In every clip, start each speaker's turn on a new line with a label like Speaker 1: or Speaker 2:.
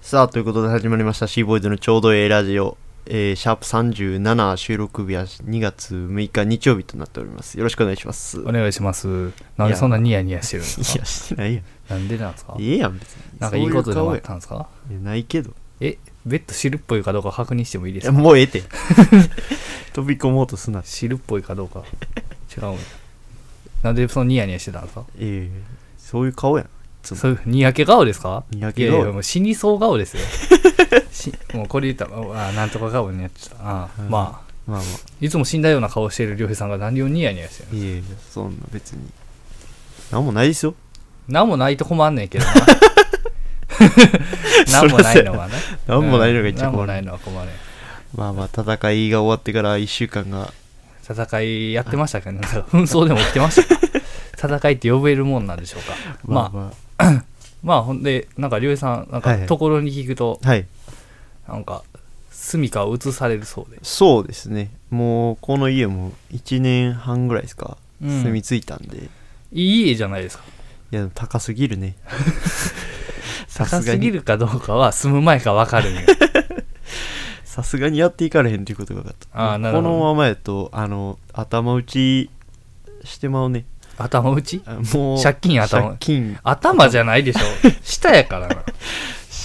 Speaker 1: さあ、ということで始まりました C ボーイズのちょうどええラジオ、えー、シャープ37収録日は2月6日日曜日となっております。よろしくお願いします。い
Speaker 2: お願いします。なんでそんなニヤニヤしてるんですか
Speaker 1: や、してないやん。
Speaker 2: なんでなんですか
Speaker 1: ええやん、別に。
Speaker 2: なんかいいことで
Speaker 1: そう
Speaker 2: も
Speaker 1: う
Speaker 2: あ
Speaker 1: 顔
Speaker 2: ったんですか
Speaker 1: やんいやないけど。
Speaker 2: え、ベッド汁っぽいかどうか確認してもいいで
Speaker 1: い
Speaker 2: す
Speaker 1: や、
Speaker 2: か
Speaker 1: もうええ て。飛び込もうとすな。
Speaker 2: 汁っぽいかどうか。違うんやなんでそのニヤニヤしてたんですか
Speaker 1: ええそういう顔やん。
Speaker 2: そういう、にやけ顔ですか
Speaker 1: にやけ
Speaker 2: いや
Speaker 1: 顔
Speaker 2: いや、もう死にそう 顔ですよ。しもうこれ言ったら、ああ、なんとか顔になっちゃった。ああ
Speaker 1: うん
Speaker 2: まあ、
Speaker 1: まあま
Speaker 2: いつも死んだような顔してるりょうへいさんが何をニヤニヤしてる
Speaker 1: あ、
Speaker 2: の
Speaker 1: いやいや、そんな別に。なんもないですよ。
Speaker 2: なんもないと困んね んけどな。なんもないのはね。
Speaker 1: なんもないのが一
Speaker 2: うんなん
Speaker 1: 番
Speaker 2: も
Speaker 1: な
Speaker 2: ない
Speaker 1: い。
Speaker 2: のは困る。
Speaker 1: まあまあ、戦いが終わってから1週間が、
Speaker 2: 戦いやってましたけど、ね、紛争でも起きてました か戦いって呼べるもんなんでしょうかまあ
Speaker 1: ま
Speaker 2: まあほんでなんか竜兵さんなん
Speaker 1: はいは
Speaker 2: か
Speaker 1: い
Speaker 2: ところに聞くと、
Speaker 1: あ、はい。
Speaker 2: なんか住処を移されるそうで、
Speaker 1: そうですねもうこの家も1年半ぐらいですか、
Speaker 2: うん
Speaker 1: 住み着いたんでい
Speaker 2: いい家じゃないですか
Speaker 1: やでも高すぎる ねさ
Speaker 2: 高
Speaker 1: すが
Speaker 2: すぎ
Speaker 1: に
Speaker 2: るかどうかは住む前か分かるんよ
Speaker 1: さすがにやっていかれへんということが分かった
Speaker 2: あーなるほど
Speaker 1: このままやとあの頭打ちしてまうね
Speaker 2: 頭打ち
Speaker 1: あもう
Speaker 2: 借金頭
Speaker 1: 借金
Speaker 2: 頭じゃないでしょ下 やからな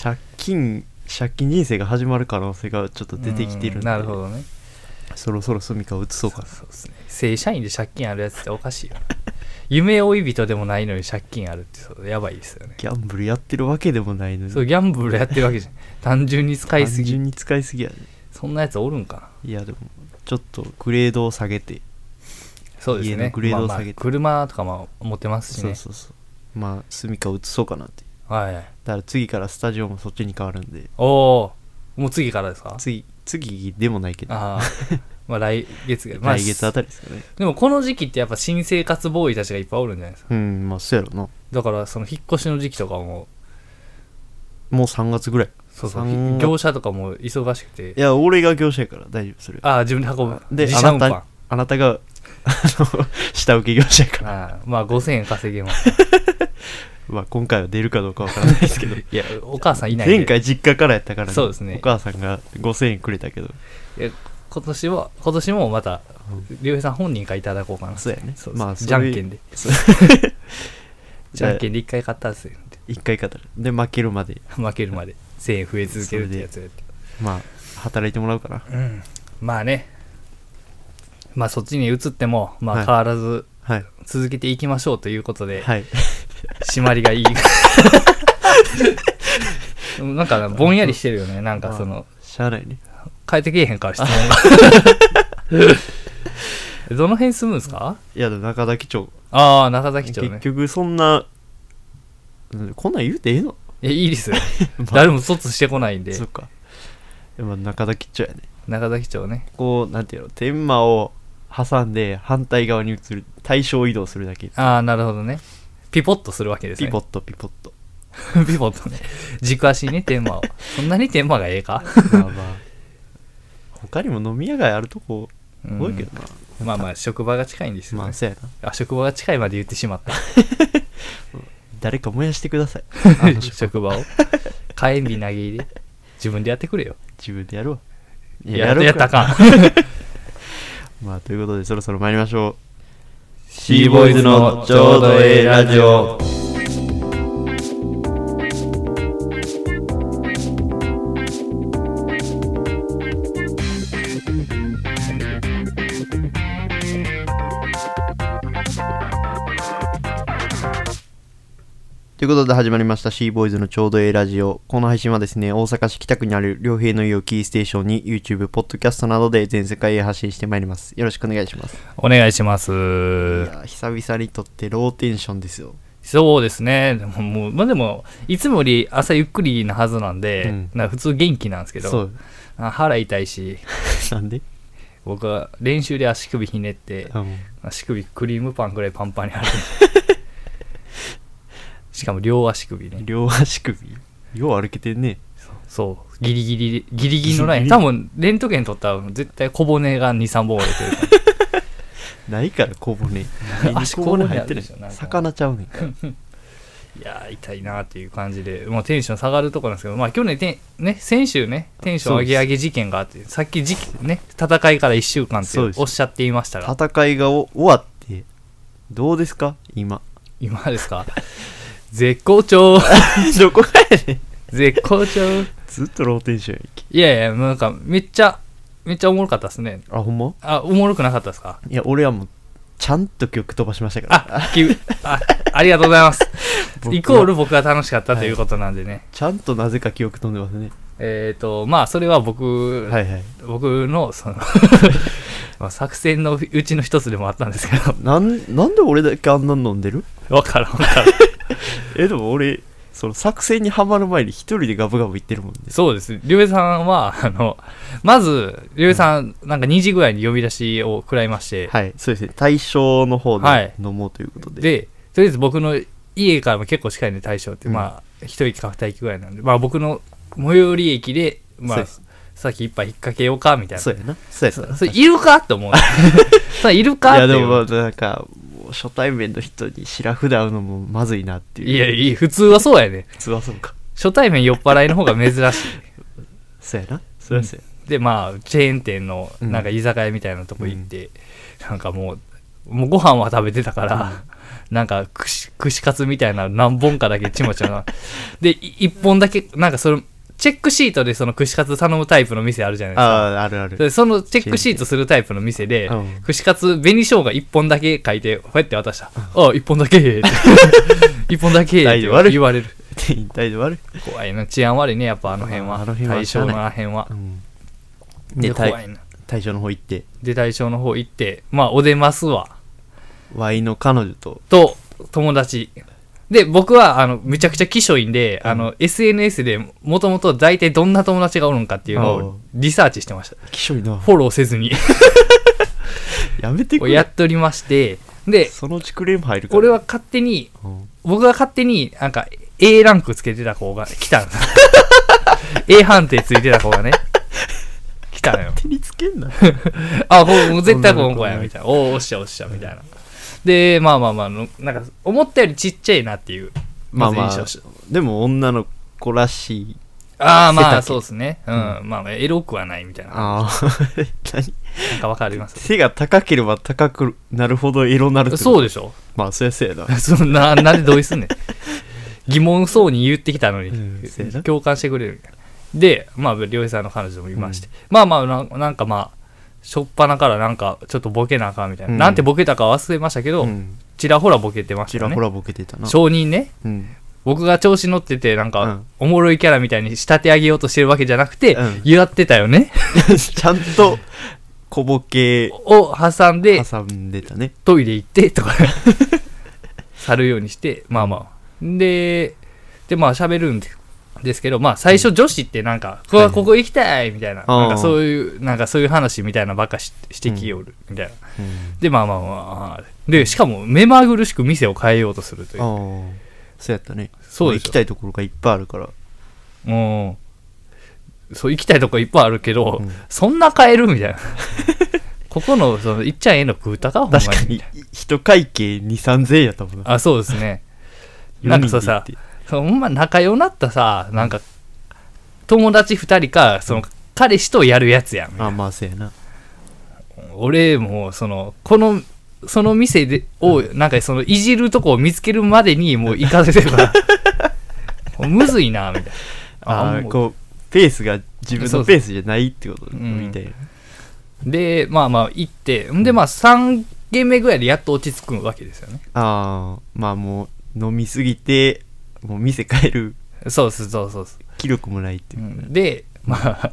Speaker 1: 借金借金人生が始まる可能性がちょっと出てきてるん
Speaker 2: うん
Speaker 1: で
Speaker 2: なるほどね
Speaker 1: そろそろ住みか移そうかな
Speaker 2: そうですね正社員で借金あるやつっておかしいよな夢追い人でもないのに借金あるってそうやばいですよね
Speaker 1: ギャンブルやってるわけでもないのに
Speaker 2: そうギャンブルやってるわけじゃん単純に使いす
Speaker 1: 単
Speaker 2: ぎ
Speaker 1: 純に使いすぎやね
Speaker 2: そんなやつおるんかない
Speaker 1: やでもちょっとグレードを下げて
Speaker 2: そうですね
Speaker 1: 家のグレードを
Speaker 2: まあまあ
Speaker 1: 下げて
Speaker 2: 車とかも持ってますし
Speaker 1: そう
Speaker 2: ね
Speaker 1: そうそうまあ住みか移そうかなって
Speaker 2: はいはい
Speaker 1: だから次からスタジオもそっちに変わるんで
Speaker 2: おおもう次からですか
Speaker 1: 次次でもないけど
Speaker 2: ああ まあ来月が、まあ、
Speaker 1: 来月あたりですかね
Speaker 2: でもこの時期ってやっぱ新生活ボーイたちがいっぱいおるんじゃないですか
Speaker 1: うんまあそうやろな
Speaker 2: だからその引っ越しの時期とかも
Speaker 1: もう3月ぐらい
Speaker 2: そうそ
Speaker 1: さん
Speaker 2: う業者とかも忙しくて
Speaker 1: いや俺が業者やから大丈夫それ
Speaker 2: ああ自分で運ぶ
Speaker 1: で
Speaker 2: 自
Speaker 1: あ
Speaker 2: 社
Speaker 1: な
Speaker 2: 運搬
Speaker 1: たあなたがあの下請け業者やから
Speaker 2: ああまあ5000円稼げますか
Speaker 1: まあ今回は出るかどうかわからないですけど
Speaker 2: ら いやお母さんいないんで
Speaker 1: 前回実家からやったから
Speaker 2: そうですね
Speaker 1: お母さんが5000円くれたけど
Speaker 2: いや今年は今年もまた竜兵さん本人からいただこうかな
Speaker 1: そうやね
Speaker 2: そう
Speaker 1: まあ
Speaker 2: じゃんけんで
Speaker 1: そう
Speaker 2: じゃんけんで一回勝ったんですよ
Speaker 1: 一回勝ったらで負けるまで
Speaker 2: 負け るまで1000円増え続けるってやつやって
Speaker 1: まあ働いてもらうかな
Speaker 2: うんまあねまあそっちに移ってもま
Speaker 1: はい
Speaker 2: あ変わらず
Speaker 1: はい
Speaker 2: 続けていきましょうということで、
Speaker 1: はい
Speaker 2: 締まりがい いなんかぼんやりしてるよねなんかその
Speaker 1: しゃあないね
Speaker 2: 変えてけえへんから質 問がどの辺住むんですか
Speaker 1: いやでも中崎町
Speaker 2: ああ中崎町ね
Speaker 1: 結局そんなうんこんなん言うてええ の
Speaker 2: いやいいですよ
Speaker 1: まあ
Speaker 2: 誰も卒してこないんで
Speaker 1: そっかでも中崎町やね
Speaker 2: 中崎町ね
Speaker 1: こうなんていうの天満を挟んで反対側に移る対象移動するだけ
Speaker 2: ああなるほどねピポッとするわけですね
Speaker 1: ピポットピポット
Speaker 2: ピポッとね軸足にね天満をそんなに天満がええ か
Speaker 1: まあまあ 他にも飲み屋街あるとこ多いけどな、
Speaker 2: うんまあまあ職場が近いんですよ、
Speaker 1: ま
Speaker 2: ね
Speaker 1: あそうやな
Speaker 2: あ職場が近いまで言ってしまった
Speaker 1: 誰か燃やしてくださ いあの職
Speaker 2: 職場を火炎火投げ入れ自分でやってくれよ
Speaker 1: 自分でやるわい
Speaker 2: ややったら
Speaker 1: か
Speaker 2: あかん
Speaker 1: まあということでそろそろ参りましょう
Speaker 2: シーボーイズのちょうどええラジオ
Speaker 1: ということで始まりました C ボーイズのちょうどええラジオ。この配信はですね、大阪市北区にある良平の家をキーステーションに YouTube、ポッドキャストなどで全世界へ発信してまいります。よろしくお願いします。
Speaker 2: お願いします
Speaker 1: いやー、久々にとってローテンションですよ。
Speaker 2: そうですねでももうまあでもいつもより朝ゆっくりなはずなんで、
Speaker 1: うん
Speaker 2: なんか普通元気なんですけ
Speaker 1: そ
Speaker 2: ど
Speaker 1: う。
Speaker 2: あ腹痛いし
Speaker 1: なんで
Speaker 2: 僕は練習で足首ひねって
Speaker 1: あもう
Speaker 2: 足首クリームパンぐらいパンパン にあるしかも両足首ね
Speaker 1: 両足首。よう歩けてんね。
Speaker 2: そうギリギリギリギリのライ
Speaker 1: ギリギリ
Speaker 2: ン多分レントゲン取ったら絶対小骨が23本折れてるから
Speaker 1: ないから小骨。
Speaker 2: 足
Speaker 1: 小骨
Speaker 2: 小骨
Speaker 1: 入
Speaker 2: あ
Speaker 1: ってな
Speaker 2: るで
Speaker 1: い
Speaker 2: しょなん。か
Speaker 1: 魚ちゃうねんから。
Speaker 2: いやー痛いなーっていう感じで、もうテンション下がるところなんですけど、まあ、去年て、ね、先週ね、テンション上げ上げ事件があって、さっき時期、ね、戦いから1週間って
Speaker 1: そうです
Speaker 2: おっしゃっていましたが、
Speaker 1: 戦いがお終わって、どうですか今。
Speaker 2: 今ですか絶好調
Speaker 1: どこかやねん。
Speaker 2: 絶好調
Speaker 1: ずっとローテンションやんけ。
Speaker 2: いやいや、もうなんか、めっちゃ、めっちゃおもろかったですね。
Speaker 1: あ、ほんま
Speaker 2: あ、おもろくなかったですか
Speaker 1: いや、俺はもう、ちゃんと曲飛ばしましたから。
Speaker 2: あ、きあ、ありがとうございます。
Speaker 1: 僕は
Speaker 2: イコール僕が楽しかったということなんでね。
Speaker 1: ちゃんとなぜか記憶飛んでますね。
Speaker 2: えっ、と、まあ、それは僕、
Speaker 1: はいはい。
Speaker 2: 僕の、そのまあ、作戦のうちの一つでもあったんです けど、
Speaker 1: なん、なんで俺だけあんなの飲んでる
Speaker 2: わからんわからん。
Speaker 1: え、でも俺、その作戦にはまる前に一人でガブガブいってるもんね。
Speaker 2: そうです。りゅうえさんは、あの、まず、りゅうえさん、なんか2時ぐらいに呼び出しを食らいまして、
Speaker 1: はい、そうですね。対象の方
Speaker 2: は
Speaker 1: で
Speaker 2: い
Speaker 1: 飲もうということで。
Speaker 2: で、とりあえず僕の家からも結構近いんで、大正って、
Speaker 1: うん
Speaker 2: まあ、一駅か二駅ぐらいなんで、まあ、僕の最寄り駅で、ま
Speaker 1: そう
Speaker 2: あ
Speaker 1: です、
Speaker 2: さっき一杯引っ掛けようか、みたいな。
Speaker 1: そうやな。そうやな。
Speaker 2: それいるかって思う。 それいるか
Speaker 1: い
Speaker 2: っ
Speaker 1: や、
Speaker 2: て
Speaker 1: で
Speaker 2: 思う。
Speaker 1: も、なんか、もう初対面の人に白札合うのもまずいなっていう。
Speaker 2: いや、いい、普通はそうやね。
Speaker 1: 普通はそうか。
Speaker 2: 初対面酔っ払いの方が珍し
Speaker 1: そうやな。そうやそうや。
Speaker 2: い。で、まあ、チェーン店の、
Speaker 1: うん
Speaker 2: なんか居酒屋みたいなとこ行って、なんかもう、もうご飯は食べてたから、なんか串、串カツみたいな何本かだけちまち まな。で、い一本だけ、なんかその、チェックシートでその串カツ頼むタイプの店あるじゃないですか。
Speaker 1: ああ、あるある。
Speaker 2: でそのチェックシートするタイプの店で
Speaker 1: うん、
Speaker 2: 串カツ、紅生姜一本だけ書いて、こうやって渡した。ああ、一本だ けって。一本だけって
Speaker 1: 大丈夫悪い
Speaker 2: 言われる。
Speaker 1: 店員態度悪い。
Speaker 2: 怖いな治安悪いねやっぱあの辺は
Speaker 1: あの辺は
Speaker 2: 大
Speaker 1: しゃあ
Speaker 2: 正
Speaker 1: ない
Speaker 2: のあの辺は
Speaker 1: うん。
Speaker 2: で
Speaker 1: で、
Speaker 2: 怖
Speaker 1: 対
Speaker 2: いな
Speaker 1: 対象の方行って、
Speaker 2: で大正の方行ってまあお出ますわ
Speaker 1: ワイの彼女と、
Speaker 2: と友達で僕はあのめちゃくちゃ気性いいんで、あの SNS でもともと大体どんな友達がおるんかっていうの
Speaker 1: おう
Speaker 2: をリサーチしてました
Speaker 1: きしょいな。
Speaker 2: フォローせずに
Speaker 1: やめてくれ
Speaker 2: やっておりましてで
Speaker 1: そのうちクレーム入るから。
Speaker 2: 俺は勝手に
Speaker 1: うん、
Speaker 2: 僕が勝手になんか A ランクつけてた子が来たの A 判定ついてた子がね来たのよ
Speaker 1: 手につけんな。
Speaker 2: あ、こう絶対この子や、みたいな。おーおっしゃおっしゃ、みたいな。で、まあまあまあ、のなんか、思ったよりちっちゃいなっていう、
Speaker 1: まあま
Speaker 2: まず
Speaker 1: あ
Speaker 2: 印象し、
Speaker 1: でも女の子らしい。
Speaker 2: ああ、
Speaker 1: 背
Speaker 2: ま
Speaker 1: 丈
Speaker 2: あ、そうですね。うん。まあまあ、エロくはないみたいな。な
Speaker 1: ああ、 何
Speaker 2: んかわかります。
Speaker 1: 背が高ければ高くなるほどエロなるってこと
Speaker 2: そうでしょ
Speaker 1: まあ、そりゃそうやな。
Speaker 2: そんな、なんで同 意すんねん。疑問そうに言ってきたのに、
Speaker 1: うんせやな
Speaker 2: 共感してくれるみたいな。で、まあ、両平さんの彼女もいまして。まあまあなん、なんかまあ、しょっぱなからなんか、ちょっとボケなあかんみたいな。
Speaker 1: うん
Speaker 2: なんてボケたか忘れましたけど、
Speaker 1: うん。
Speaker 2: ちらほらボケてまし
Speaker 1: ちら
Speaker 2: たよね
Speaker 1: ほ。らボケてたな。
Speaker 2: 承認ね。
Speaker 1: うん。
Speaker 2: 僕が調子乗っててなん
Speaker 1: う
Speaker 2: か
Speaker 1: ん
Speaker 2: おもろいキャラみたいに仕立て上げようとしてるわけじゃなくて、
Speaker 1: うん
Speaker 2: やってたよね
Speaker 1: ちゃんと小ボケ
Speaker 2: を挟んで
Speaker 1: 挟んでたね。
Speaker 2: トイレ行ってとか 去るようにしてまあまあででまあ喋るんでですけどまあ最初女子ってなんか「こ
Speaker 1: はい
Speaker 2: こここ行きたい」みたいな,、
Speaker 1: あー
Speaker 2: なんかそういうなんかそういう話みたいなばっかししてきよるみたいな、
Speaker 1: うん。
Speaker 2: でまあまあまあまあでしかも目まぐるしく店を変えようとするという
Speaker 1: ああ、そうやったね。
Speaker 2: そうで
Speaker 1: 行
Speaker 2: す
Speaker 1: き
Speaker 2: よ
Speaker 1: たいところがいっぱいあるから。
Speaker 2: うん。そう、行きたいとこいっぱいあるけど、
Speaker 1: うん
Speaker 2: そんな買えるみたいな。 ここの、その、行っちゃええの食うたかほんまに
Speaker 1: 確かに、一会計2、3000円やったもんな。
Speaker 2: あ、そうですね。
Speaker 1: 4
Speaker 2: な
Speaker 1: 人
Speaker 2: んか
Speaker 1: で行
Speaker 2: そう
Speaker 1: って
Speaker 2: さ、ほんま仲良なったさ、なんか、友達二人か、その、彼氏とやるやつやん。
Speaker 1: あまあ、そうやな。
Speaker 2: 俺もうそのこのその店でをなんかそのいじるとこを見つけるまでにもう行かせてば もうむずいなみたいな
Speaker 1: ああ、
Speaker 2: もう
Speaker 1: こう、ペースが自分のペースじゃないってこと
Speaker 2: うん
Speaker 1: みたいな。
Speaker 2: でまあまあ行ってんでまあ3軒目ぐらいでやっと落ち着くわけですよね
Speaker 1: ああ、まあもう、飲みすぎて、もう店変える
Speaker 2: そうそうそうそうそう、
Speaker 1: 気力もないっていうう。
Speaker 2: ん、で、 まあ、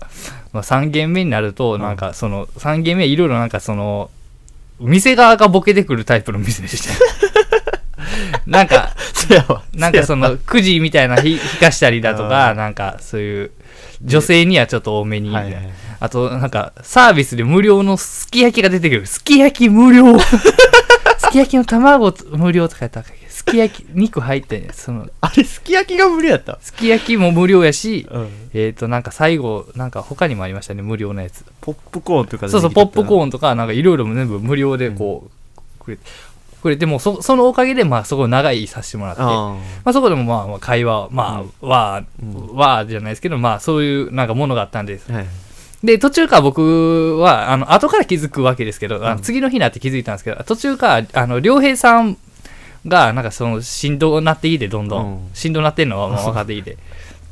Speaker 2: まあ3軒目になるとなんかその3軒目いろいろなんかその店側がボケてくるタイプの店でした よなんか
Speaker 1: そうやわ。
Speaker 2: なんかそ
Speaker 1: そうや
Speaker 2: のくじみたいなひ引かしたりだと
Speaker 1: あ
Speaker 2: かなんかそういう女性にはちょっと多めにみ
Speaker 1: わ
Speaker 2: た
Speaker 1: はいい
Speaker 2: な
Speaker 1: はいはい
Speaker 2: あと、なんか、サービスで無料のすき焼きが出てくる。すき焼き 無料すき焼きの卵無料とかやったらあかんけどすき焼き、肉入ってんねんその、
Speaker 1: あれ、すき焼きが無理やった。
Speaker 2: すき焼きも無料やし、
Speaker 1: うん。
Speaker 2: えっ、と、なんか最後、なんか他にもありましたね、無料のやつ。
Speaker 1: ポップコーンとか
Speaker 2: そうそう、ポップコ
Speaker 1: ーン。
Speaker 2: ーンとか、なんかいろいろ全部無料でこう、くれて、くれてもうそそのおかげでまあそこ長いさせてもらって
Speaker 1: あ
Speaker 2: まあ、そこでもまあまあ会話まあは、
Speaker 1: うん
Speaker 2: はじゃないですけどまあそういうなんかものがあったんです
Speaker 1: あ。はい。
Speaker 2: で途中から僕はあの後から気づくわけですけど、あの
Speaker 1: うん
Speaker 2: 次の日になって気づいたんですけど途中からあの良平さんがなんかそのしんどなっていいでどんどん、
Speaker 1: うん
Speaker 2: しんどなってんのはもう分かっていいで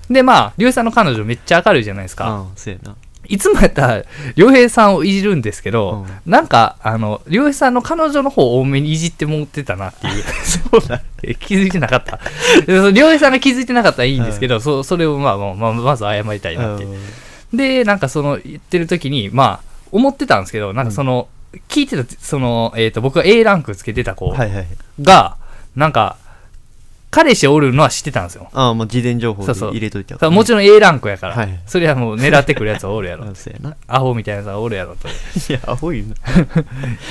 Speaker 2: でまあ良平さんの彼女めっちゃ明るいじゃないですか、
Speaker 1: ああ、そうやな。
Speaker 2: いつもやったら良平さんをいじるんですけど、なんかあの良平さんの彼女の方を多めにいじってもってたなっていうそうだ気づいてなかったでその良平さんが気づいてなかったらいいんですけど、そそれをまあまあまあまず謝りたいなって
Speaker 1: うん
Speaker 2: でなんかその言ってる時にまあ思ってたんですけどなんかその、聞いてたその、えー、と僕が A ランクつけてた子
Speaker 1: はいはい。
Speaker 2: が、なんか彼氏おるのは知ってたんですよ
Speaker 1: ああ、もう事前情報
Speaker 2: そう
Speaker 1: で
Speaker 2: そう
Speaker 1: 入れといた
Speaker 2: さもちろん A ランクやから、
Speaker 1: はい
Speaker 2: それはもう狙ってくるやつはおるや
Speaker 1: ろ
Speaker 2: ろ
Speaker 1: ん。そうや な。
Speaker 2: アホみたいなやつはおるやろと
Speaker 1: いや、アホいな。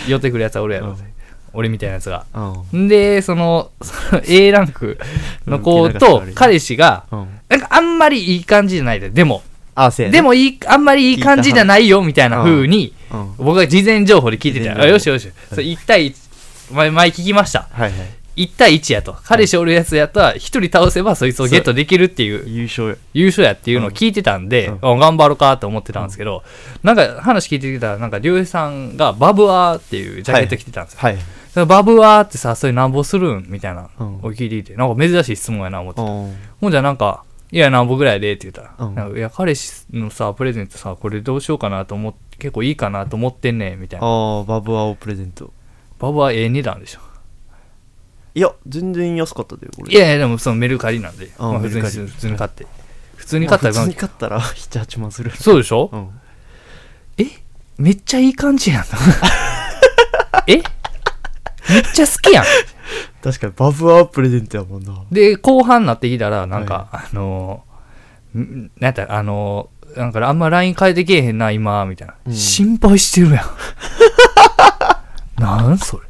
Speaker 2: 寄ってくるやつはおるやろ
Speaker 1: う
Speaker 2: と
Speaker 1: ん
Speaker 2: 俺みたいなやつが
Speaker 1: うん。
Speaker 2: んでそのその A ランクの子と彼氏が
Speaker 1: うん。
Speaker 2: なんかあんまりいい感じじゃないででも
Speaker 1: ああ、そうやな。
Speaker 2: で、もいいあんまりいい感じじゃないよみたいな風に
Speaker 1: うん。はい
Speaker 2: 僕は事前情報で聞いて
Speaker 1: 事前
Speaker 2: た
Speaker 1: 情
Speaker 2: あ
Speaker 1: 報
Speaker 2: よしよし、それ1対1前前聞きました
Speaker 1: はい。
Speaker 2: 1対1やと彼氏おるやつやったら1人倒せばそいつをゲットできるっていう
Speaker 1: 優勝や。
Speaker 2: 優勝やっていうのを聞いてたんで、
Speaker 1: うん
Speaker 2: あ頑張ろうかと思ってたんですけど、なんか話聞いてたらなんか竜兵さんがバブアーっていうジャケット着てたんですよ、
Speaker 1: はい。
Speaker 2: そのバブアーってさそれなんぼするんみたいな
Speaker 1: うん
Speaker 2: を聞いていてなんか珍しい質問やな思って
Speaker 1: う
Speaker 2: た
Speaker 1: ん。
Speaker 2: ほんじゃなんか、いや、なんぼぐらいでって言ったら、
Speaker 1: うん
Speaker 2: なんかいや、彼氏のさ、プレゼントさ、これどうしようかなと思って、結構いいかなと思ってんねん、みたいな。
Speaker 1: ああ、バブアオプレゼント。
Speaker 2: バブはええ値段でしょ。
Speaker 1: いや、全然安かったで、俺。
Speaker 2: いやいや、でもそのメルカリなんで、
Speaker 1: あ
Speaker 2: まあ普通に、
Speaker 1: メルカリ
Speaker 2: 普通に買って。普通に買ったら、
Speaker 1: まあ普通に勝ったら 7、8万する。
Speaker 2: そうでしょ、
Speaker 1: うん。
Speaker 2: えめっちゃいい感じやん。 えめっちゃ好きやん。
Speaker 1: 確かに、バブアオプレゼントやもんな。
Speaker 2: で、後半になってきたら、なんか、あのー、んなんやったらあのー、なんかあんま LINE 変えてけえへんな、今、みたいな。
Speaker 1: うん
Speaker 2: 心配してるやん。なんそれ。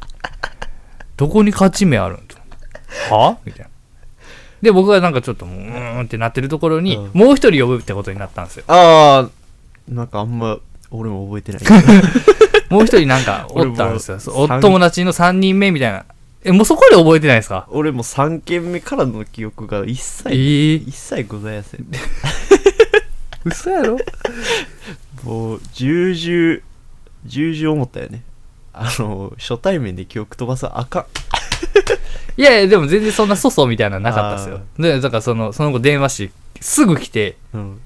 Speaker 2: どこに勝ち目あるんとはみたいな。で、僕がなんかちょっと、うーんってなってるところに、
Speaker 1: うん
Speaker 2: もう一人呼ぶってことになったんですよ。
Speaker 1: ああ、なんかあんま、俺も覚えて ない。
Speaker 2: もう一人なんかおったんですよ。
Speaker 1: 俺も
Speaker 2: そうお
Speaker 1: 三
Speaker 2: 友達の3人目みたいな。え、もうそこで覚えてないですか
Speaker 1: 俺も3件目からの記憶が一
Speaker 2: え
Speaker 1: 切、
Speaker 2: ー、
Speaker 1: 一切ございません。
Speaker 2: 嘘やろ
Speaker 1: もう重々重々思ったよねあの初対面で記憶飛ばすあかん
Speaker 2: いやいや、でも全然そんな粗相みたいなのなかったですよ。で、だからその、その後電話して、すぐ来て、
Speaker 1: うん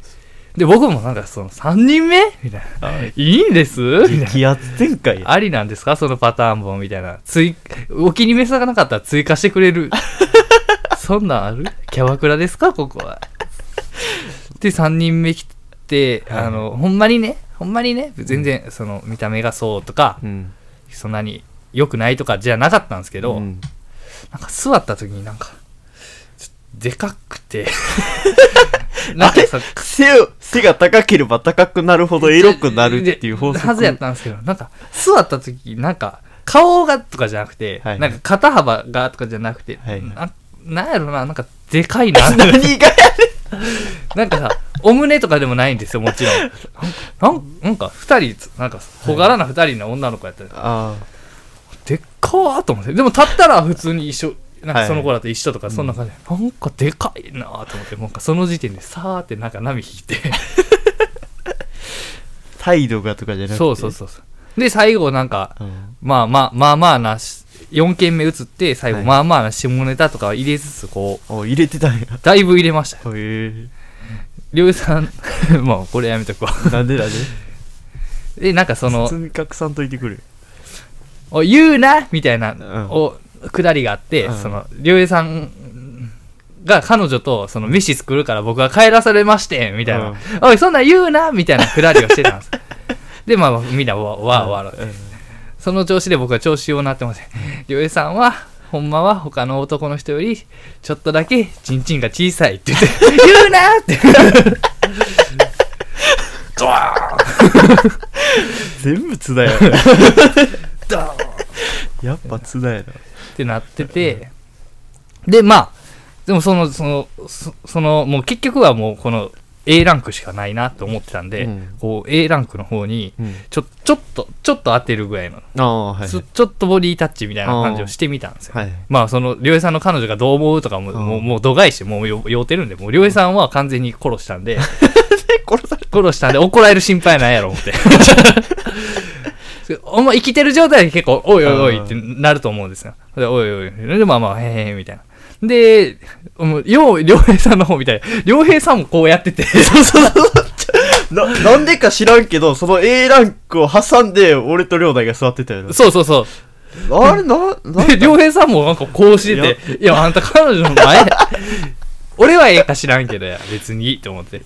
Speaker 2: で、僕もなんかその、3人目みたいな。いいんですみたいな。
Speaker 1: 激アツ展開や
Speaker 2: ありなんですかそのパターンもみたいな。追、お気に召さなかったら追加してくれる。そんなんあるキャバクラですかここは。で、3人目来て、あの、ほんまにね、ほんまにね、全然、その、見た目がそうとか、
Speaker 1: うん
Speaker 2: そんなに良くないとかじゃなかったんですけど、
Speaker 1: うん
Speaker 2: なんか座った時になんか、ちょっとでかくて。
Speaker 1: あれ
Speaker 2: さ
Speaker 1: 背を背が高ければ高くなるほどエロくなるっていう 法則
Speaker 2: はずやったんですけど、なんか座った時なんか顔がとかじゃなくて、
Speaker 1: はい
Speaker 2: なんか肩幅がとかじゃなくて、
Speaker 1: はい
Speaker 2: ななんやろな、なんかでかいな。
Speaker 1: 何がや
Speaker 2: なんかさ、お胸とかでもないんですよ、もちろん。 なんなんなんか二人、なんか小柄な二人の女の子やったんです
Speaker 1: あ
Speaker 2: でっかーと思ってでも立ったら普通に一緒なん
Speaker 1: は
Speaker 2: か
Speaker 1: い
Speaker 2: その子だと一緒とかそんな感じで、なんかでかいなーと思ってなんかその時点でさーってなんか波引 いて
Speaker 1: 態度がとかじゃなくて
Speaker 2: そうそうそうそうで最後なんか
Speaker 1: うん
Speaker 2: まあまあまあまあなし4軒目移って最後、
Speaker 1: はい
Speaker 2: まあまあな下ネタとかは入れつつこう
Speaker 1: お入れてたんや
Speaker 2: だいぶ入れましたよ
Speaker 1: へ
Speaker 2: りょうさん もうこれやめとくわ
Speaker 1: えなんでなん で
Speaker 2: でなんかその
Speaker 1: 包み隠さんといてくれ
Speaker 2: 「お言うな!」みたいな、
Speaker 1: ん
Speaker 2: おくだりがあって、
Speaker 1: うん
Speaker 2: そのりょうえさんが彼女とその飯作るから僕は帰らされましてみたいな、
Speaker 1: うん
Speaker 2: おいそんなん言うなみたいなくだりをしてたんですでまあみんなわわーわー、
Speaker 1: うん
Speaker 2: その調子で僕は調子をなってませんりょうえさんはほんまは他の男の人よりちょっとだけチンチンが小さいって言って「言うな!」ってドワーン
Speaker 1: 全部津田やな やっぱ津田やな
Speaker 2: ってなってて、で、まあ、でもその、その、そその、もう結局はもうこの、 A ランクしかないなと思ってたんで、
Speaker 1: うん
Speaker 2: こう A ランクの方に
Speaker 1: うん
Speaker 2: ちょちょっとちょっと当てるぐらいの、
Speaker 1: ああはい
Speaker 2: ちょちょっとボディタッチみたいな感じをしてみたんですよ、
Speaker 1: はい
Speaker 2: まあその良平さんの彼女がどう思うとかも、
Speaker 1: うん
Speaker 2: もうもう度外視もうよ酔うてるんでもう良平さんは完全に殺したんで
Speaker 1: 殺され
Speaker 2: 殺したんで怒られる心配ないやろ思って お前生きてる状態で結構おいおいおいってなると思うんですよでおいおいでまあまあへーへーみたいなでもうよう良平さんの方みたいな良平さんもこうやってて
Speaker 1: そうそうそうななんでか知らんけどその A ランクを挟んで俺と亮太が座ってたよ な
Speaker 2: そうそうそう
Speaker 1: あれな な
Speaker 2: で、良平さんもなんかこうしてて、いや、あんた彼女の前、俺はええか知らんけどや、別にいいと思って。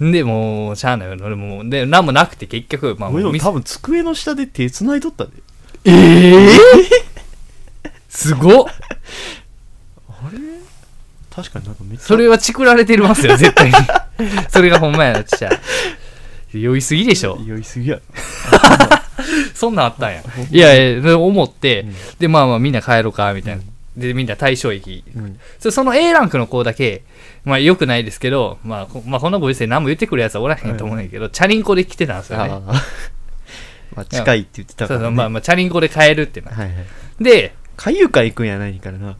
Speaker 1: うん
Speaker 2: で、もう、しゃあないよ、俺も、で、なんもなくて結局、まあ、
Speaker 1: もうでも
Speaker 2: ミス
Speaker 1: 多分机の下で手繋いとったで
Speaker 2: ええすごっ
Speaker 1: あれ確かになんかめっちゃ
Speaker 2: それはチクられてますよ、絶対に。それがほんまやな、ちっちゃい。酔いすぎでしょ。
Speaker 1: 酔いすぎや
Speaker 2: そんなんあったんや。いやいや、で思って、
Speaker 1: うん
Speaker 2: で、まあまあ、みんな帰ろうか、みたいな。で、みんな対象駅
Speaker 1: うん
Speaker 2: そその A ランクの子だけ、まあ良くないですけど、まあ、こまあ、こんなご時世何も言ってくるやつはおらへんと思うんやけど、チャリンコで来てたんですよ
Speaker 1: あ
Speaker 2: ね。
Speaker 1: あ まあ近いって言ってたか
Speaker 2: そう
Speaker 1: ら、
Speaker 2: そ
Speaker 1: ね、
Speaker 2: う、まあまあ、チャリンコで帰るってな。
Speaker 1: はいはい
Speaker 2: で、
Speaker 1: 海遊館行くんやないからない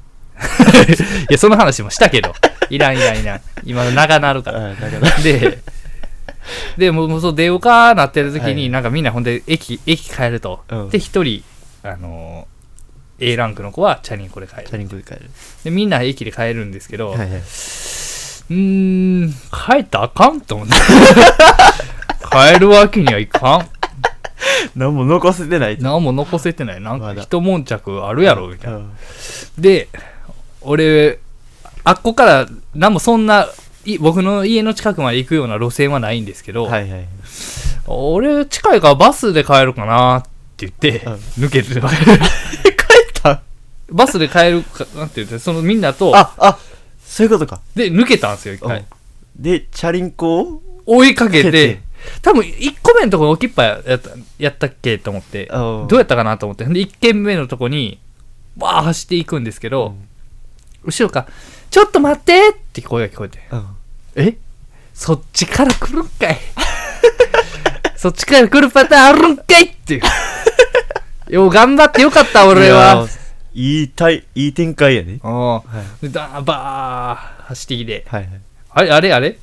Speaker 2: や、その話もしたけど、いらんいらんいらん。今、長なるから。
Speaker 1: ああだから
Speaker 2: で、で、もう、もうそう、出ようかなってる時
Speaker 1: は
Speaker 2: に、
Speaker 1: い
Speaker 2: なんかみんなほんで、駅、駅帰ると。
Speaker 1: うん
Speaker 2: で、一人、あのー A ランクの子はチャリンコで帰
Speaker 1: チャ
Speaker 2: る。
Speaker 1: リンコで帰る
Speaker 2: で、みんな駅で帰るんですけど、
Speaker 1: はいはいう
Speaker 2: ーん、帰ったらあかんと思って。帰るわけにはいかん。
Speaker 1: 何も残せてない
Speaker 2: 何も残せてない。なん
Speaker 1: ま
Speaker 2: か
Speaker 1: だ
Speaker 2: 一悶着あるやろ、みたいな。
Speaker 1: な
Speaker 2: で、俺、あっこから何もそんな、い僕の家の近くまで行くような路線はないんですけど、
Speaker 1: はいはい
Speaker 2: 俺近いからバスで帰るかなって言って、
Speaker 1: うん
Speaker 2: 抜けて、
Speaker 1: 帰った
Speaker 2: バスで帰るかなって言って、そのみんなと、
Speaker 1: ああそういうことか
Speaker 2: で、抜けたんですよ、一回。
Speaker 1: でチャリンコを
Speaker 2: 追いかけ
Speaker 1: 蹴って
Speaker 2: て、多分1個目のところ置きっぱやったやったっけと思って、
Speaker 1: お
Speaker 2: ど
Speaker 1: う
Speaker 2: うやったかなと思って、で、1軒目のとこに、わー走っていくんですけ
Speaker 1: う
Speaker 2: ど、
Speaker 1: ん
Speaker 2: 後ろから、ちょっと待ってって声が聞こえて、
Speaker 1: うん
Speaker 2: えそっちから来るんかいそっちから来るパターンあるんかいっていう。よう頑張ってよかった、俺は。
Speaker 1: いいたいいい展開やね
Speaker 2: おう
Speaker 1: はい
Speaker 2: でだーばー走ってきて、
Speaker 1: はいはい
Speaker 2: あれあれあれ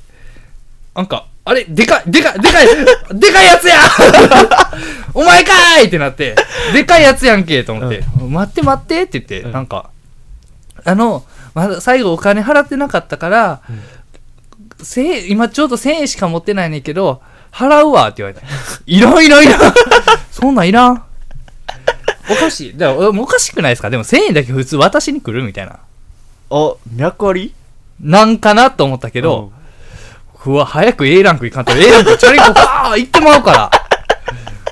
Speaker 2: なんか、あれでかい、でかい、でかい、でかいやつ やお前かーいってなって、でかいやつやんけと思って、待って待ってって言って、
Speaker 1: うん
Speaker 2: なんか、あの、まだ最後お金払ってなかったから、千円今ちょうど1000円しか持ってないねんけど、払うわって言われた。いらんいらんいらん そんなんいらん。おかしい。だからおおかしくないですかでも1000円だけ普通私に来るみたいな。
Speaker 1: あ脈あり
Speaker 2: なんかなと思ったけ
Speaker 1: け
Speaker 2: ど、うわ、早く A ランク行かんと、A ランクチャリンコバー行ってまう から。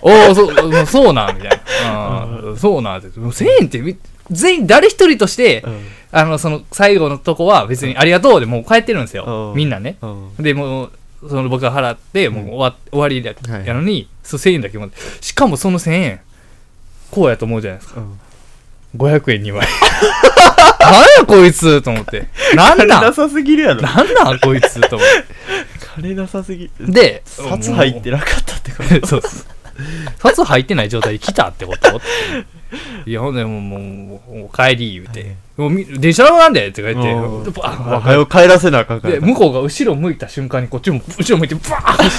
Speaker 2: おお、そう、そうなん、みたいな。うん、そうなんって。もう1000円ってみ、全員、誰一人として、
Speaker 1: うん
Speaker 2: あの、その、最後のとこは別にありがとうでもう帰ってるんです
Speaker 1: う
Speaker 2: よ。
Speaker 1: ん
Speaker 2: みんなね。
Speaker 1: うん
Speaker 2: で、もう、その僕が払って、もう終わ,、終わりだ
Speaker 1: はい
Speaker 2: やのに、そう1000円だけ持って。しかもその1000円、こうやと思うじゃないですか。
Speaker 1: うん
Speaker 2: 500円2枚。 なんやこいつと思って。なん
Speaker 1: 金
Speaker 2: な
Speaker 1: なんさすぎ るやろ
Speaker 2: なんなんこいつと思って。
Speaker 1: 金なさすぎ
Speaker 2: で、
Speaker 1: 札入ってなかったってこと
Speaker 2: そうです。札入ってない状態で来たってこと っていや、ほんで、もう、もうもう、お帰り、言う
Speaker 1: はい
Speaker 2: て。もうみ、電車なんでって言って、
Speaker 1: おー
Speaker 2: バーン
Speaker 1: はよ帰らせなあかんから
Speaker 2: で、向こうが後ろ向いた瞬間に、こっちも後ろ向いて、バーン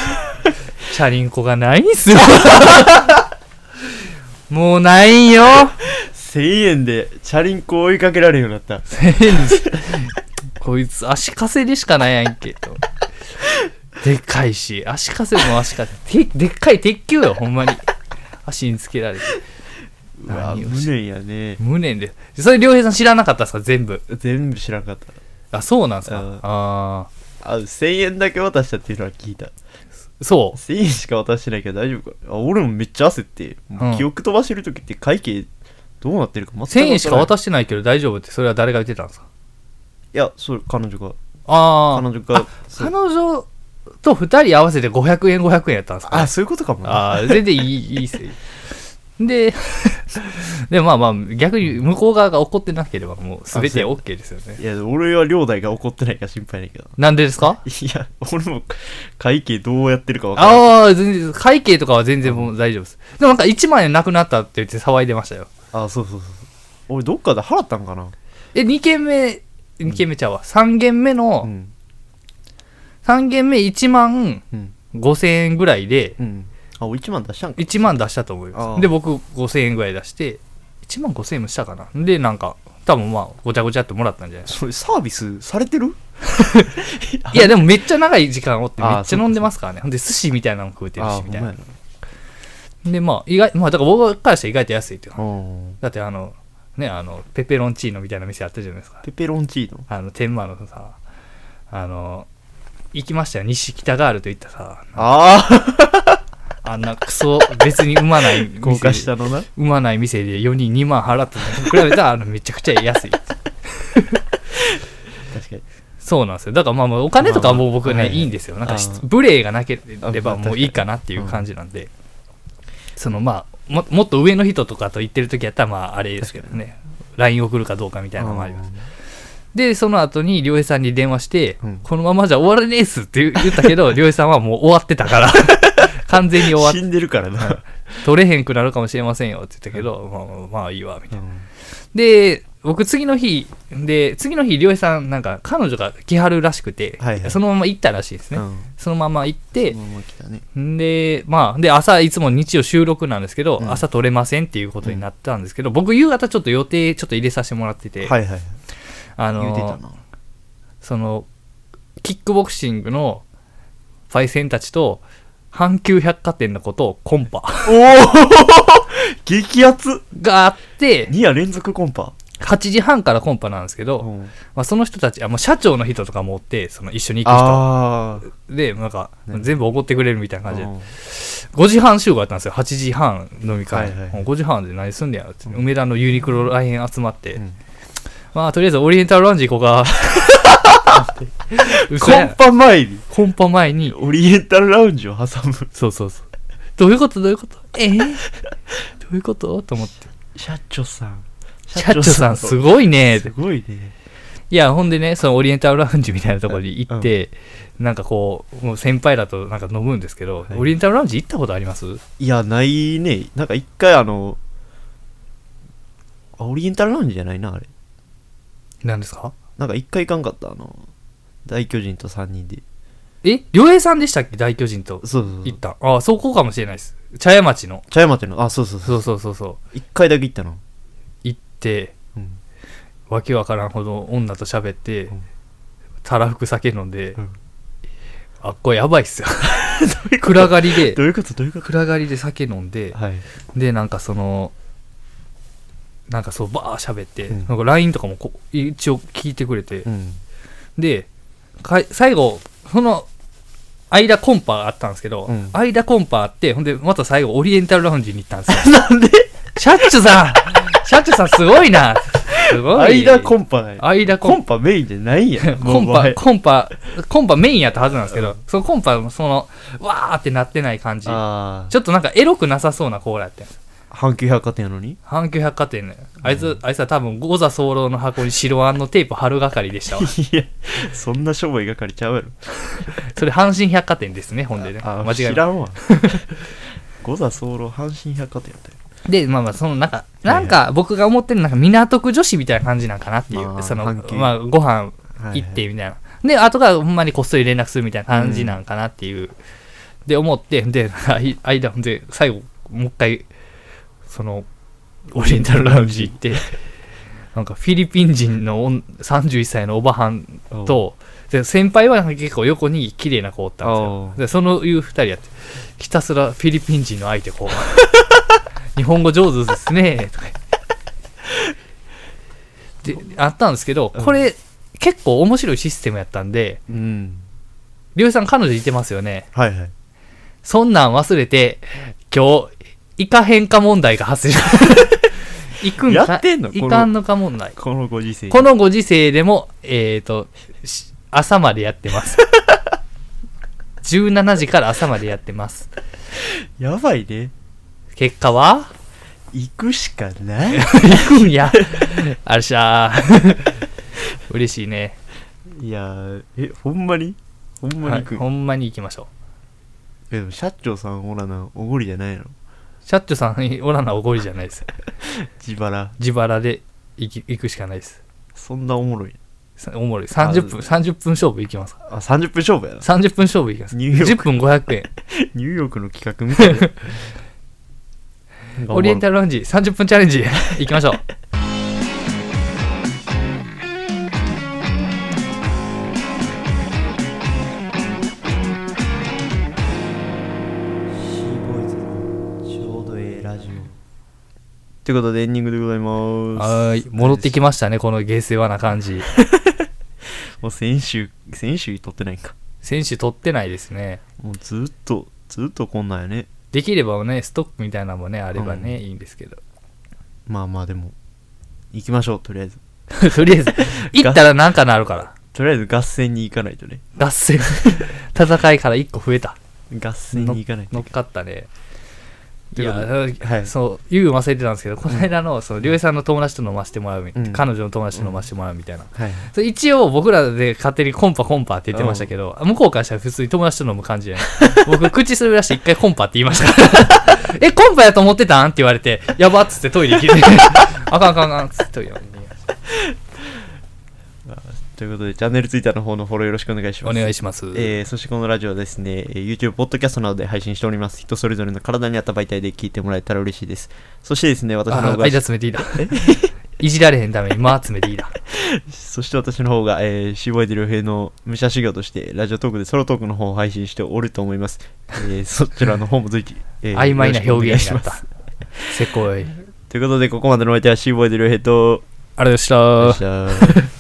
Speaker 2: チャリンコがないんすよ。 もうないんよ。
Speaker 1: 1000円でチャリンコ追いかけられるようになった
Speaker 2: こいつ、足かせでしかないやんけ、と。でっかいし、足かせも足かせ。てでっかい鉄球よ、ほんまに。足につけられて。
Speaker 1: うわ
Speaker 2: 何を
Speaker 1: 無
Speaker 2: し
Speaker 1: 念やね
Speaker 2: 無念で。それ、良平さん知らなかったですか全部。
Speaker 1: 全部知らんかった
Speaker 2: あ、そうなんですか。
Speaker 1: うん
Speaker 2: ああ。
Speaker 1: あ1000円だけ渡したっていうのは聞いた
Speaker 2: そ
Speaker 1: 1000円しか渡してないけど大丈夫かあ俺もめっちゃ焦って、もう記憶飛ばしてる時って会計どうなってるか全く分
Speaker 2: う。
Speaker 1: から
Speaker 2: 1000
Speaker 1: ん
Speaker 2: 円しか渡してないけど大丈夫って、それは誰が言ってたんですか
Speaker 1: いやそれ彼女が
Speaker 2: ああ。
Speaker 1: 彼女が
Speaker 2: あ
Speaker 1: そう
Speaker 2: 彼女と2人合わせて500円、500円やったんですか
Speaker 1: あそういうことかもな
Speaker 2: ああ、全然いい、いいっすよ。で、 で、まあまあ、逆に向こう側が怒ってなければ、もう全て OK ですよね。
Speaker 1: いや、俺は両代が怒ってないから心配ないけど。
Speaker 2: なんでですか
Speaker 1: いや、俺も会計どうやってるか分からない。
Speaker 2: ああ、全然、会計とかは全然もう大丈夫です。でもなんか1万円なくなったって言って騒いでましたよ。
Speaker 1: ああ、そうそうそう。俺、どっかで払ったんかな。
Speaker 2: え、2件目、2件目ちゃうわ。3件目
Speaker 1: う
Speaker 2: の、
Speaker 1: ん。
Speaker 2: 3件目1万
Speaker 1: うん。
Speaker 2: 5千円ぐらいで、
Speaker 1: うん。あ、俺1万出したんか。
Speaker 2: 1万出したと思い
Speaker 1: あ
Speaker 2: ま
Speaker 1: あ
Speaker 2: す。で、僕5千円ぐらい出して、1万5千円もしたかな。で、なんか、多分まあ、ごちゃごちゃってもらったんじゃないですか
Speaker 1: それ、サービスされてる
Speaker 2: いや、でもめっちゃ長い時間おって、め
Speaker 1: あ
Speaker 2: っちゃ飲んでますからね。ほんで、寿司みたいなのも食うてる
Speaker 1: あ
Speaker 2: し、
Speaker 1: ー、ほ
Speaker 2: み
Speaker 1: ん
Speaker 2: た
Speaker 1: ま
Speaker 2: い
Speaker 1: や
Speaker 2: な。で、まあ、意外、まあ、だから僕からしたら意外と安いっていう
Speaker 1: な。うん。
Speaker 2: だって、あの、ね、あの、ペペロンチーノみたいな店あったじゃないですか。
Speaker 1: ペペロンチーノ。
Speaker 2: あの、天満のさ、あの、行きましたよ。西北ガールと行ったさ、
Speaker 1: ああ、
Speaker 2: あんなクソ、別に生まない店。
Speaker 1: 豪華したのな。
Speaker 2: 産まない店で4人2万払ったのに比べたら、あの、めちゃくちゃ安い。
Speaker 1: 確かに。
Speaker 2: そうなんですよ。だからまあまあお金とかはもう僕
Speaker 1: まあまあ
Speaker 2: ね、
Speaker 1: はい
Speaker 2: いいんですよ。なんかし
Speaker 1: ああ
Speaker 2: 無礼がなけれ
Speaker 1: あ
Speaker 2: ば
Speaker 1: まあ
Speaker 2: もういいかなっていう感じなんで、そのまあも、もっと上の人とかと言ってる時やったらまああれですけどね、LINE 送るかどうかみたいなのもあります。で、その後に良平さんに電話して、
Speaker 1: うん
Speaker 2: このままじゃ終われねえっすって言ったけど、良平さんはもう終わって たから、完全に終わっ
Speaker 1: 死んでるからな。
Speaker 2: 取れへんくなるかもしれませんよって言ったけど、まあまあまあいいわ、みたいな。
Speaker 1: うん
Speaker 2: で、僕次の日、で、次の日、りょうえさん、なんか、彼女が来はるらしくて、
Speaker 1: はいはい
Speaker 2: そのまま行ったらしいですね。
Speaker 1: うん
Speaker 2: そのまま行って、
Speaker 1: まあまあ来たね。
Speaker 2: んで、まあ、で、朝、いつも日曜収録なんですけど、
Speaker 1: うん
Speaker 2: 朝撮れませんっていうことになったんですけど、僕、夕方ちょっと予定ちょっと入れさせてもらってて、
Speaker 1: はいはい。
Speaker 2: あ
Speaker 1: 言うて
Speaker 2: の
Speaker 1: た、 な。
Speaker 2: その、キックボクシングのパイセンたちと、阪急百貨店のことをコンパ
Speaker 1: おお激アツ
Speaker 2: があって、
Speaker 1: !2 夜連続コンパ。
Speaker 2: 8時半からコンパなんですけど、
Speaker 1: うん
Speaker 2: まあ、その人たち、あもう社長の人とかもおって、その一緒に行く人。
Speaker 1: ああ。
Speaker 2: で、なんか、
Speaker 1: ね
Speaker 2: 全部おごってくれるみたいな感じで、
Speaker 1: うん
Speaker 2: 5時半集合やったんですよ、8時半飲み
Speaker 1: は
Speaker 2: 会。
Speaker 1: いはい
Speaker 2: もう5時半で何すんねやろって、
Speaker 1: うん
Speaker 2: 梅田のユニクロらへん集まって、
Speaker 1: うん
Speaker 2: まあ、とりあえずオリエンタルランジ行こ うか。嘘
Speaker 1: コ
Speaker 2: や
Speaker 1: ンパ前に
Speaker 2: コンパ前に、
Speaker 1: オリエンタルラウンジを挟む。
Speaker 2: そうそうそう。どういうことどういうことえー、どういうことと思って。
Speaker 1: 社長さん。
Speaker 2: 社長さんす
Speaker 1: ごい。
Speaker 2: ごいね
Speaker 1: すごいね。
Speaker 2: いや、ほんでね、そのオリエンタルラウンジみたいなところに行って、なんかこう、もう先輩らとなんか飲むんですけど、
Speaker 1: はい
Speaker 2: オリエンタルラウンジ行ったことあります
Speaker 1: いや、ないね。なんか一回あの、あオリエンタルラウンジじゃないな、あれ。
Speaker 2: 何ですか
Speaker 1: なんか一回行かんかった、あの、大巨人と3人で。
Speaker 2: え良平さんでしたっけ大巨人と
Speaker 1: そうそうそ
Speaker 2: 行っ
Speaker 1: う。
Speaker 2: た。ああ、そこかもしれないです。茶屋町の。
Speaker 1: 茶屋町の、あ、そうそうそう。
Speaker 2: そうそうそうそう。
Speaker 1: 一回だけ行ったの。
Speaker 2: 行って、
Speaker 1: うん。
Speaker 2: わけわからんほど女と喋って
Speaker 1: うん、
Speaker 2: たらふく酒飲んで
Speaker 1: うん、
Speaker 2: あっこれやばいっすよ。暗がりで
Speaker 1: ど、ういうことどういうこと
Speaker 2: 暗がりで酒飲んで、
Speaker 1: はい。
Speaker 2: で、なんかその、なんかそう、ばー喋って、
Speaker 1: うん
Speaker 2: なんか LINE とかもこ一応聞いてくれて
Speaker 1: う、ん。
Speaker 2: で、か最後、その、間コンパがあったんですけど、
Speaker 1: うん
Speaker 2: 間コンパあって、ほんで、また最後、オリエンタルラウンジに行ったんです よ。
Speaker 1: なんで
Speaker 2: シャッチュさんシャッチュさんすごいなすごい。
Speaker 1: 間コ
Speaker 2: ン
Speaker 1: ンパない。
Speaker 2: 間コ
Speaker 1: コ
Speaker 2: ン
Speaker 1: ンパメインじゃないん や。
Speaker 2: コン
Speaker 1: もうお前
Speaker 2: パ、コンパ、コンパメインやったはずなんですけど、そのコンパもその、わーってなってない感じ。ち
Speaker 1: あ
Speaker 2: ょっとなんかエロくなさそうなコーラやってん
Speaker 1: あ。阪急百貨店やのに
Speaker 2: 阪急百貨店ね。あいつ、あいつは多分、ゴザ早漏の箱に白あんのテープ貼る係でし たわ。
Speaker 1: いや、そんなしょぼい係ちゃうやろ。
Speaker 2: それ、阪神百貨店ですね、ほんでね。
Speaker 1: あ
Speaker 2: 間違いない
Speaker 1: 知らんわ。 五座早漏阪神百貨店やったよ。
Speaker 2: で、まあまあ、その、なんか、
Speaker 1: はい
Speaker 2: なんか、僕が思ってる、なんか、港区女子みたいな感じなんかなっていう、
Speaker 1: まあ
Speaker 2: その、
Speaker 1: 阪急
Speaker 2: まあ、ご飯
Speaker 1: はいはい
Speaker 2: 行って、みたいな。で、後から、ほんまにこっそり連絡するみたいな感じなんかなっていう、で、思って、で、あい間、ほんで、最後、もう一回、その、オリエンタルラウンジ行 って、なんか、フィリピン人の女31歳のおばはんと、で先輩はなんか結構横に綺麗な子おったんですよ
Speaker 1: おう
Speaker 2: でそのいう二人やってひたすらフィリピン人の相手こう 日本語上手ですねとか言ってであったんですけどこれ、結構面白いシステムやったんで
Speaker 1: うん。
Speaker 2: りょうさん彼女いてますよね
Speaker 1: はいはい。
Speaker 2: そんなん忘れて今日行かへんか問題が発生 行くんか
Speaker 1: やってんのこの
Speaker 2: 行かんのか問題
Speaker 1: このご時世。
Speaker 2: このご時世でも、えっ、と、し朝までやってます。17時から朝までやってます。
Speaker 1: やばいね。
Speaker 2: 結果は
Speaker 1: 行くしか ない
Speaker 2: 行くんや。あれしゃー。嬉しいね。
Speaker 1: いやーえほんまにほんま
Speaker 2: は
Speaker 1: に
Speaker 2: い
Speaker 1: 行くん、
Speaker 2: ほんまに行きましょう。
Speaker 1: えでも社長さんおらなおごりじゃないの
Speaker 2: シャッチョさん、オラナおごりじゃないです。
Speaker 1: 自腹
Speaker 2: 自腹で行き行くしかないです。
Speaker 1: そんなおもろい
Speaker 2: さおもろい。30分、30分勝負行きますか
Speaker 1: あ30分勝負やな
Speaker 2: ?30 分勝負行きます。
Speaker 1: ニューヨー
Speaker 2: 10分500円。
Speaker 1: ニューヨークの企画みたいな
Speaker 2: オリエンタ
Speaker 1: ル
Speaker 2: ルラウンジ30分チャレンジ行きま しょう。
Speaker 1: シーボーイズのちょうどええラジオということでエンディングでございます
Speaker 2: はーい。戻ってきましたね、この下世話な感じ。
Speaker 1: もう先週先週撮ってないんか
Speaker 2: 選手取ってないですね。
Speaker 1: もうずっとずっとこんなんやね
Speaker 2: できればね、ストックみたいなのもね、あればね、いいんですけど。
Speaker 1: まあまあでも行きましょうとりあえず
Speaker 2: とりあ えず、行ったらなんかなるから。
Speaker 1: とりあえず合戦に行かないとね
Speaker 2: 合戦。 戦いから1個増え た。
Speaker 1: 合戦に行かないと
Speaker 2: 乗っかったね。い
Speaker 1: という
Speaker 2: や、
Speaker 1: ことはい
Speaker 2: そう、言うの忘れてたんですけど、この間の、その、りょうえさんの友達と飲ませてもらうみ、
Speaker 1: うん
Speaker 2: 彼女の友達と飲ませてもらうみたいな。
Speaker 1: はい
Speaker 2: それ一応、僕らで勝手にコンパコンパって言ってましたけど、向こうからしたら普通に友達と飲む感じで、 僕、口滑らして一回コンパって言いました から。え、コンパやと思ってたんって言われて、やばっつってトイレ行き て、あかんあかんあかんっつってトイレに行きました
Speaker 1: ということでチャンネルツイッターの方のフォローよろしくお願いしま
Speaker 2: お
Speaker 1: す
Speaker 2: 願いします。
Speaker 1: えーそしてこのラジオはですね、えー YouTube、ポッドキャストなどで配信しております。人それぞれの体に合った媒体で聞いてもらえたら嬉しいです。そしてですね、私の
Speaker 2: あ
Speaker 1: 方
Speaker 2: 間
Speaker 1: が、
Speaker 2: 詰めていいだ。 いじられへんために間詰めていいだ。
Speaker 1: そして私の方が、えー、シーボイデル平の武者修行として、ラジオトークでソロトークの方を配信しておると思います。 えーそちらの方も随時、えー
Speaker 2: 曖昧な
Speaker 1: よろしくお
Speaker 2: 表
Speaker 1: 願い
Speaker 2: 現
Speaker 1: し
Speaker 2: にな
Speaker 1: ま
Speaker 2: った
Speaker 1: す。。
Speaker 2: せこい。
Speaker 1: ということで、ここまでのお相手はシーボイデル平と、
Speaker 2: ありがとうございました
Speaker 1: でし。た